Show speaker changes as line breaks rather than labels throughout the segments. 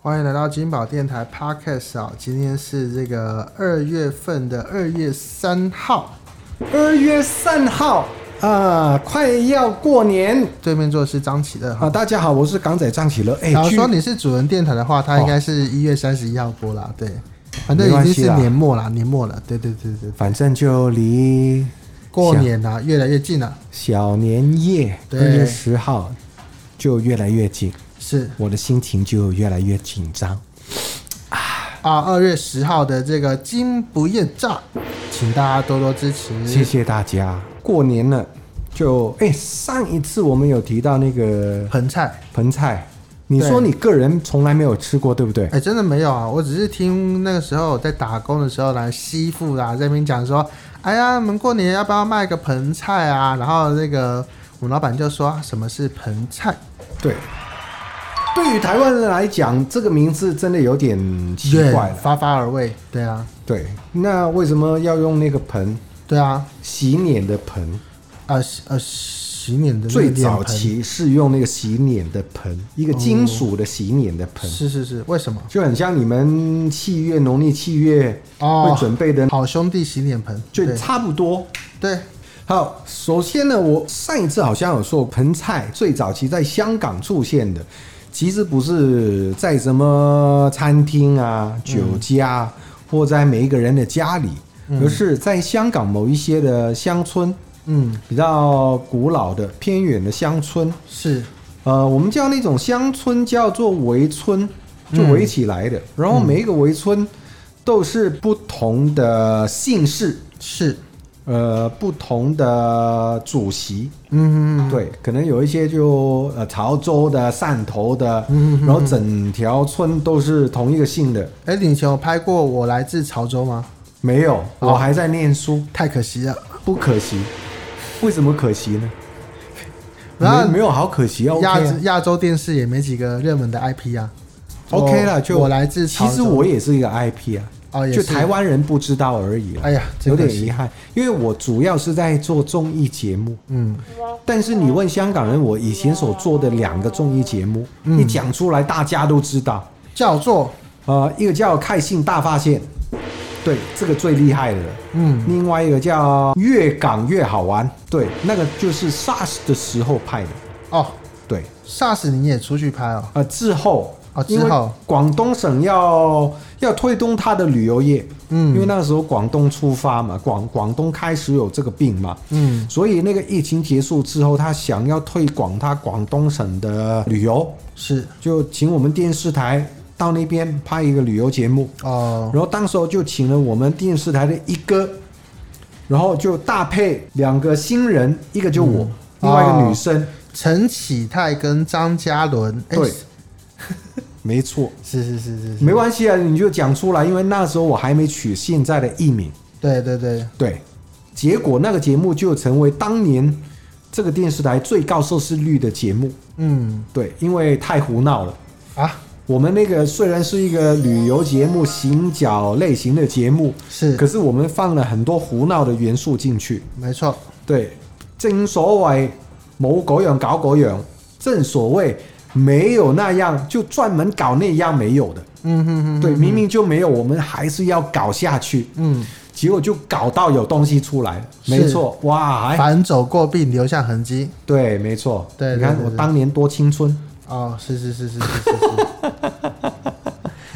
欢迎来到金宝电台 Podcast 啊！今天是这个二月份的二月三号，
二月三号啊、快要过年
对面坐的是张启乐
啊！
哈。
大家好，我是港仔张启乐。哎、
假如
据
啊说你是主人电台的话，它应该是一月三十一号播啦。对，反正已经
没
是
关系啦啊
年末啦，年末了。对对对对，
反正就离
过年啦，越来越近啊了。
小年夜二
对
月十号就越来越近，
是
我的心情就越来越紧张。
啊，二月十号的这个金不夜战，请大家多多支持。
谢谢大家，过年了，就哎、上一次我们有提到那个
盆菜，
盆菜，你
对
说你个人从来没有吃过，对不对
哎、？真的没有啊！我只是听那个时候我在打工的时候来媳妇啦，在那边讲说，哎呀，我们过年要不要卖个盆菜啊？然后那个我们老板就说啊什么是盆菜，
对。对于台湾人来讲，这个名字真的有点奇怪了。
发发而味，对啊，
对，那为什么要用那个盆？
对啊，
洗脸的盆，
呃洗呃洗脸的那个
最
脸
早
盆
期是用那个洗脸的盆，一个金属的洗脸的盆，
是是是，为什么？
就很像你们七月农历七月
哦
会准备的，
好兄弟洗脸盆，
就
对
差不多。
对，
好，首先呢，我上一次好像有说盆菜最早期在香港出现的，其实不是在什么餐厅
嗯
啊、酒家、或在每一个人的家里，而是在香港某一些的乡村，
嗯，
比较古老的偏远的乡村，
是
呃，我们叫那种乡村叫做围村，就围起来的。然后每一个围村都是不同的姓氏，
是，
呃，不同的主席。
嗯嗯
对，可能有一些就呃潮州的、汕头的，
嗯
然后整条村都是同一个姓的。
哎、你以前有拍过我来自潮州吗？
没有，
哦
我还在念书，
太可惜了，
不可惜。为什么可惜呢？
然后
没没有好可惜啊，OK
亚
啊
洲亚洲电视也没几个热门的 IP 啊。
OK 啦，
我
就
我来自
其
潮州
实我也是一个 IP 啊，
哦也
就是台湾人不知道而已啦。
哎呀真
有点
可惜
遗憾，因为我主要是在做综艺节目。
嗯，
但是你问香港人，我以前所做的两个综艺节目，
嗯
一讲出来大家都知道。
叫做
呃，一个叫《开信大发现》，对，这个最厉害的了。
嗯
另外一个叫《越港越好玩》，对，那个就是 SARS 的时候拍的，
哦
对。
，SARS 你也出去拍哦，
呃，之后
哦
因
之
为
后
广东省要要推动它的旅游业，
嗯
因为那时候广东出发嘛，广广东开始有这个病嘛，
嗯
所以那个疫情结束之后，他想要推广他广东省的旅游，
是
就请我们电视台到那边拍一个旅游节目，
哦，
然后当时候就请了我们电视台的一哥，然后就搭配两个新人，一个就我，另外一个
哦
女生，
陈启泰跟张嘉伦，哎
对，没错。
是是是是是，
没关系啊，你就讲出来，因为那时候我还没取现在的艺名。
对对对，
对，结果那个节目就成为当年这个电视台最高收视率的节目。
嗯
对，因为太胡闹了。
啊
我们那个虽然是一个旅游节目、行脚类型的节目，
是
可是我们放了很多胡闹的元素进去。
没错，
對，正所謂冇嗰樣搞嗰樣，正所謂沒有那樣就專門搞那樣沒有的。
嗯哼哼，
對，明明就沒有，我們還是要搞下去，
嗯，
結果就搞到有東西出來了。
是
沒錯，哇，還
反走过必留下痕迹，
對，沒錯。
對
你看
對對
我
對
當年多青春。
哦，是是是是是是是，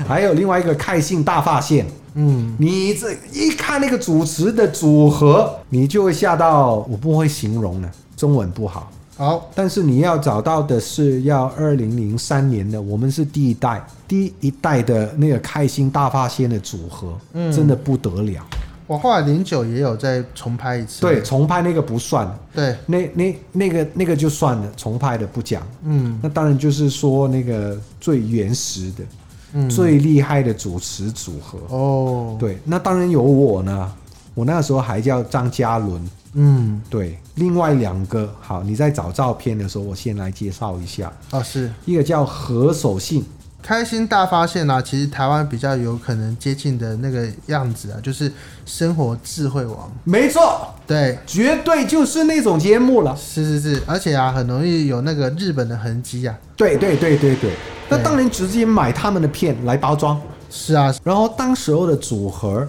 還有另外一個開心大發現，
嗯，
你這一看那個主持的組合，你就會嚇到，我不會形容了，中文不好。
好，
但是你要找到的是要二零零三年的，我们是第一代，第一代的那个开心大发现的组合，
嗯
真的不得了。
我后来零九也有再重拍一次，
对，重拍那个不算，
对，
那那那个那个就算了，重拍的不讲。
嗯
那当然就是说那个最原始的、
嗯，
最厉害的主持组合。
哦，
对，那当然有我呢，我那时候还叫张嘉伦。
嗯，
对，另外两个好，你在找照片的时候，我先来介绍一下，
哦是。
一个叫何守信。
开心大发现啊，其实台湾比较有可能接近的那个样子啊，就是生活智慧王。
没错，
对，
绝对就是那种节目了。
是是是，而且啊，很容易有那个日本的痕迹啊。
对对对对对，那当然直接买他们的片来包装。
是啊，
然后当时候的组合，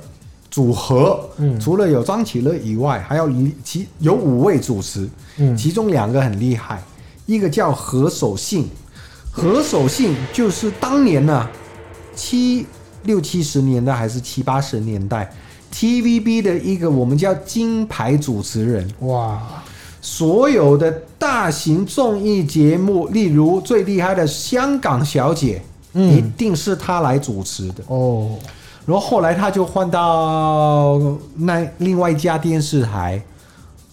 组合，除了有张起乐以外，还有李其有五位主持，其中两个很厉害，一个叫何守信，何守信就是当年呢、七六七十年代还是七八十年代 TVB 的一个我们叫金牌主持人，
哇，
所有的大型综艺节目，例如最厉害的《香港小姐》，
嗯
一定是他来主持的。
哦，
然后后来他就换到那另外一家电视台，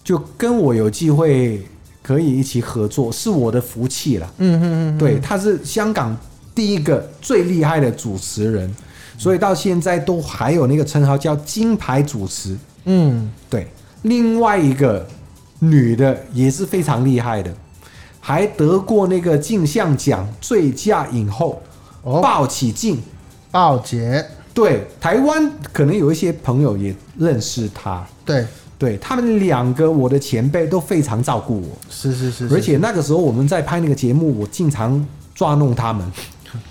就跟我有机会可以一起合作，是我的福气了。
嗯嗯嗯，
对，他是香港第一个最厉害的主持人，所以到现在都还有那个称号叫金牌主持。
嗯，
对，另外一个女的也是非常厉害的，还得过那个镜像奖最佳影后，
哦
鲍起静。
鲍杰，
对，台湾可能有一些朋友也认识她，
对，
对他们两个我的前辈都非常照顾我，
是是是，是
而且那个时候我们在拍那个节目，我经常抓弄他们，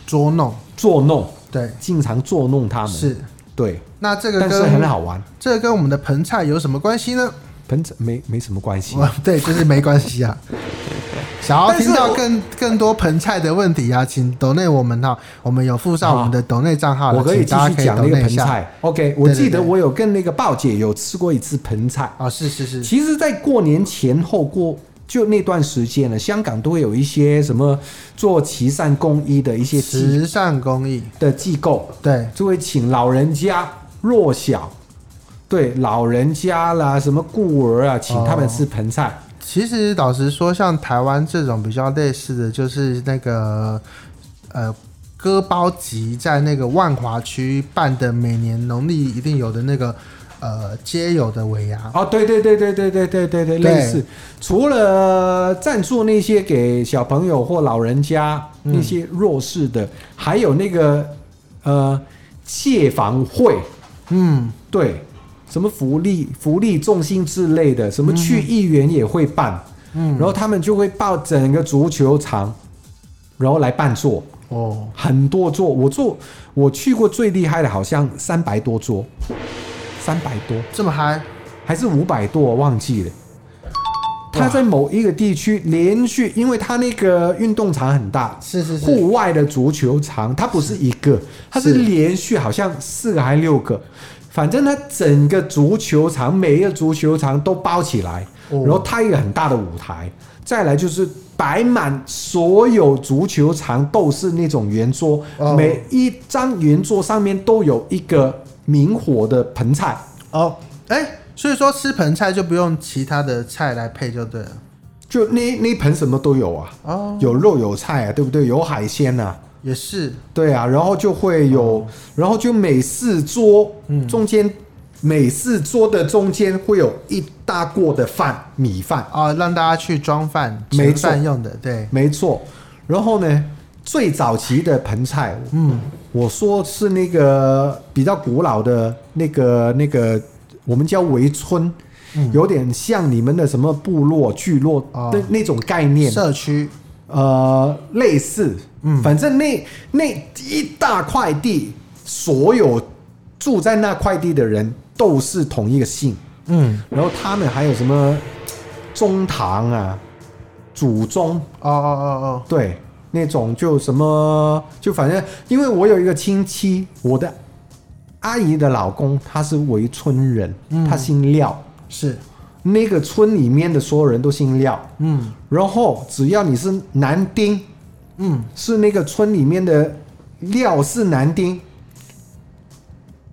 捉弄，
作弄，
对，
经常作弄他们，
是。
对，
那这个
但
跟
是很好玩，
这个跟我们的盆菜有什么关系呢？
盆子没没什么关系。
哇， 对，就是没关系啊。想要
但是
听到
我
更更多盆菜的问题啊，请抖内我们哈，我们有附上我们的抖内账号了，
我可以
请
继
大
续
家可以
讲
抖
那个
内
盆
一下。
菜。OK，我记
对
得
对
我有跟那个鲍姐有吃过一次盆菜。
哦，是是是，
其实，在过年前后过就那段时间呢，香港都会有一些什么做慈善公益的一些机
时尚公益，
的机构，
对，
就会请老人家弱小，对老人家啦，什么孤儿啊，请他们吃盆菜。
其实老实说，像台湾这种比较类似的就是那个呃。割包集在那个万华区办的每年农历一定有的那个呃街友的尾牙，
哦，对对对对对对对对
对
对，类似。除了赞助那些给小朋友或老人家、那些弱势的，还有那个呃借房会，
嗯，
对，什么福利福利中心之类的，什么去议员也会办，嗯，然后他们就会报整个足球场，然后来办座，
哦，
很多座，我坐我去过最厉害的，好像三百多桌，三百多。
这么嗨，
还是五百多，我忘记了。他在某一个地区连续，因为他那个运动场很大，
是是是，
户外的足球场，它不是一个，它是
是
连续好像四个还六个，反正它整个足球场每一个足球场都包起来，
哦
然后它一个很大的舞台，再来就是摆满所有足球场都是那种圆桌，
哦
每一张圆桌上面都有一个明火的盆菜。
哦，哎、所以说吃盆菜就不用其他的菜来配就对了。
就那那一盆什么都有啊，
哦，
有肉有菜啊，对不对？有海鲜呐、啊，
也是，
对啊，然后就会有，然后就每四桌中间，每四桌的中间会有一大锅的饭米饭，
哦，让大家去装饭、
没
盛
错
饭用的，对，
没错。然后呢，最早期的盆菜，
嗯，
我说是那个比较古老的那个那个，我们叫围村。有点像你们的什么部落聚落
哦
的那种概念，
社区，
呃，类似，嗯，反正那那一大块地，所有住在那块地的人都是同一个姓，
嗯，
然后他们还有什么中堂啊、祖宗，
哦哦哦
对，那种就什么，就反正，因为我有一个亲戚，我的阿姨的老公他是围村人，他姓廖，
哦，是，
那个村里面的所有人都姓廖，
嗯
然后只要你是男丁。
嗯，
是那个村里面的廖氏男丁，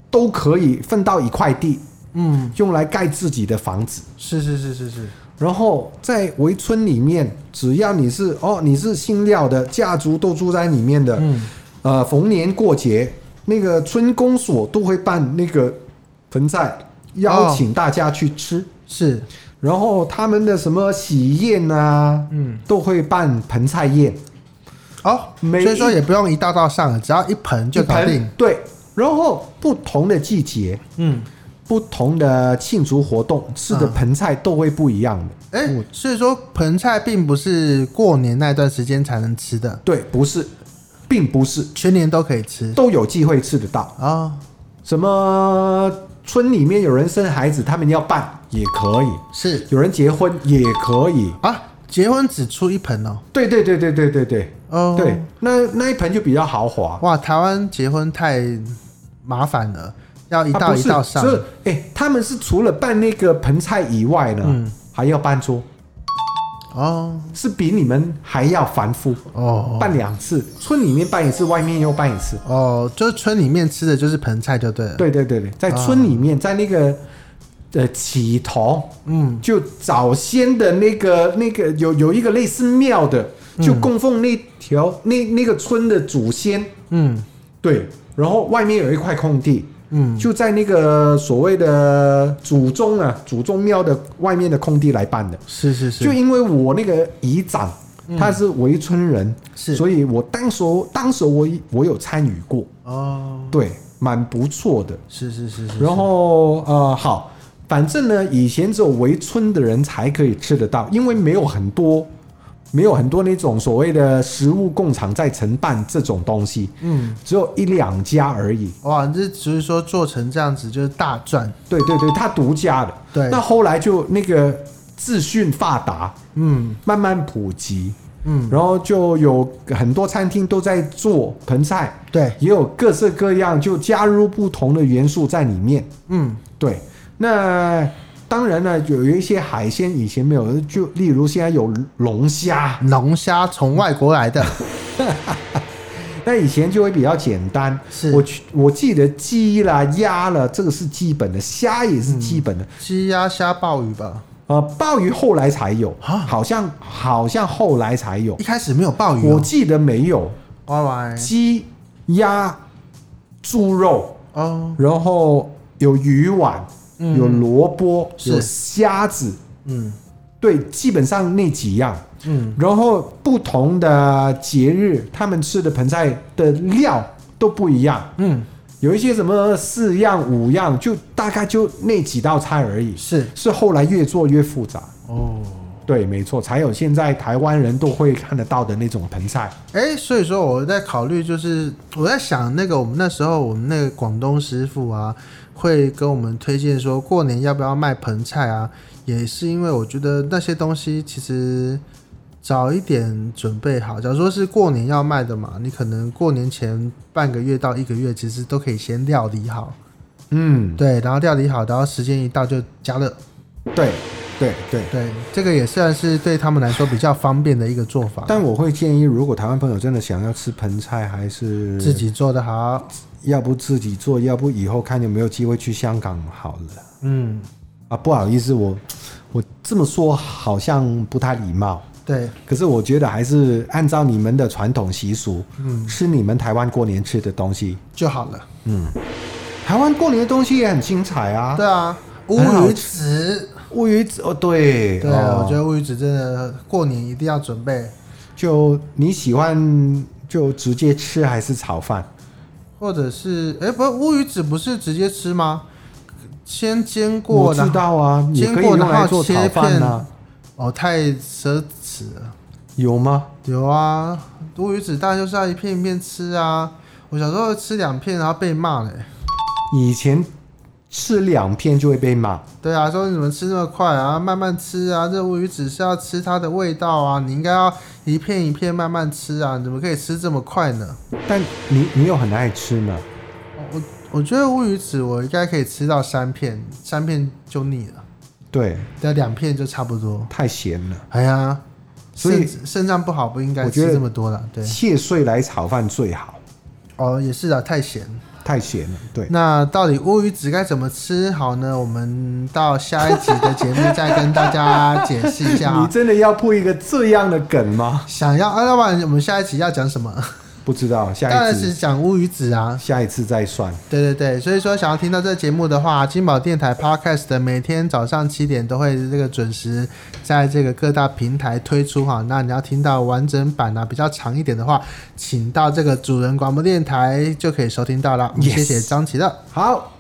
都可以分到一块地，
嗯，
用来盖自己的房子。
是是是是是，
然后在围村里面，只要你是哦，你是姓廖的，家族都住在里面的，
嗯，
呃，逢年过节，那个村公所都会办那个盆菜，邀请大家去吃。
哦是，
然后他们的什么喜宴啊，
嗯，
都会办盆菜宴。
哦，所
每
以说
一
也不用一道道上了，只要一盆就
一
搞
盆
定，
对，然后不同的季节、
嗯，
不同的庆祝活动吃的
嗯
盆菜都会不一样的。
哎、所以说盆菜并不是过年那段时间才能吃的，
对，不是，并不是
全年都可以吃
都有机会吃得到。
哦，
什么村里面有人生孩子，他们要办也可以，
是
有人结婚也可以。
啊，结婚只出一盆哦，
对对对对对对对、
哦，
对，，那那一盆就比较豪华，
哇，台湾结婚太麻烦了，要一
啊
道
不
一
是
道上，
所以哎、他们是除了办那个盆菜以外呢，
嗯
还要搬桌，
哦
是比你们还要繁复。
哦
办两次，村里面办一次，外面又办一次。
哦，就是村里面吃的就是盆菜就对了，
对对对对，在
啊
村里面，在那个呃起头，
嗯，
就早先的那个那个有有一个类似庙的，就供奉那条、那那个村的祖先，
嗯
对，然后外面有一块空地，
嗯，
就在那个所谓的祖宗啊祖宗庙的外面的空地来办的，
是是，
就是因为我那个姨丈他是围村人，
是
所以我当时候当时候我我有参与过，
哦，
对，蛮不错的。
是是是是，
然后呃，好，反正呢，以前只有围村的人才可以吃得到，因为没有很多，没有很多那种所谓的食物工厂在承办这种东西，
嗯，
只有一两家而已。
哇，这只是说做成这样子就是大赚，
对对对，他独家的。
对
那后来就那个资讯发达，
嗯
慢慢普及，
嗯，
然后就有很多餐厅都在做盆菜，
对，
也有各式各样，就加入不同的元素在里面。
嗯
对，那当然呢，有一些海鲜以前没有，就例如现在有龙虾，
龙虾从外国来的，
那以前就会比较简单。
是
我去我记得鸡啦、鸭啦，这个是基本的，虾也是基本的。
鸡鸭虾鲍鱼吧，
呃，鲍鱼后来才有，
啊
好像好像后来才有
一，开始没有鲍鱼、
我
哦，
记得没有
哇哇，
鸡、鸭、猪肉，
哦，
然后有鱼丸，
嗯
有萝卜，
是
有虾子，
嗯
对，基本上那几样。
嗯，
然后不同的节日，他们吃的盆菜的料都不一样，
嗯，
有一些什么四样五样，就大概就那几道菜而已。
是
是后来越做越复杂，
哦，
对，没错，才有现在台湾人都会看得到的那种盆菜。
哎、所以说我在考虑，就是我在想那个我们那时候我们那个广东师傅啊，会跟我们推荐说过年要不要卖盆菜啊，也是因为我觉得那些东西其实。早一点准备好，假如说是过年要卖的嘛，你可能过年前半个月到一个月，其实都可以先料理好。
嗯，
对，然后料理好，然后时间一到就加热。
对，对，对。
对，这个也算是对他们来说比较方便的一个做法。
但我会建议，如果台湾朋友真的想要吃盆菜，还是
自己做的好，
要不自己做，要不以后看有没有机会去香港好了。
嗯，
啊，不好意思，我我这么说好像不太礼貌，
对，
可是我觉得还是按照你们的传统习俗，
嗯，
吃你们台湾过年吃的东西。
就好了。
台湾过年的东西也很精彩啊，
对啊，乌
很好
鱼子，
乌鱼子哦，对，
对，啊
哦
我觉得乌鱼子真的过年一定要准备，
就你喜欢就直接吃还是炒饭？
或者是，哎，不是乌鱼子不是直接吃吗？先煎过，
我
然
知
后
道啊，也
煎
可以
过
用
然
来
后
做炒
切
饭
片
啊，
哦，太奢侈了。
有吗？
有啊，乌鱼子当然就是要一片一片吃啊。我小时候吃两片，然后被骂嘞、
以前吃两片就会被骂，
对啊，说你怎么吃那么快啊？慢慢吃啊，这乌鱼子是要吃它的味道啊，你应该要一片一片慢慢吃啊，你怎么可以吃这么快呢？
但你你有很爱吃吗？
我我觉得乌鱼子我应该可以吃到三片，三片就腻了，
对，
但两片就差不多。
太咸了。
哎呀，
所以
肾肾脏不好不应该
我觉
吃
得
这么多了，对。
切碎来炒饭最好，
哦，也是啊，太咸。
太咸了。对，
那到底乌鱼子该怎么吃好呢？我们到下一集的节目再跟大家解释一下
你
啊。
真的要铺一个这样的梗吗？
想要啊，要不然我们下一集要讲什么？
不知道，
当
下一
然
次
是讲乌鱼子啊。
下一次再算。
对对对，所以说想要听到这节目的话，金宝电台 Podcast 的每天早上七点都会这个准时在这个各大平台推出哈。那你要听到完整版啊，比较长一点的话，请到这个主人广播电台就可以收听到了。我们
Yes
谢谢张琪乐。
好，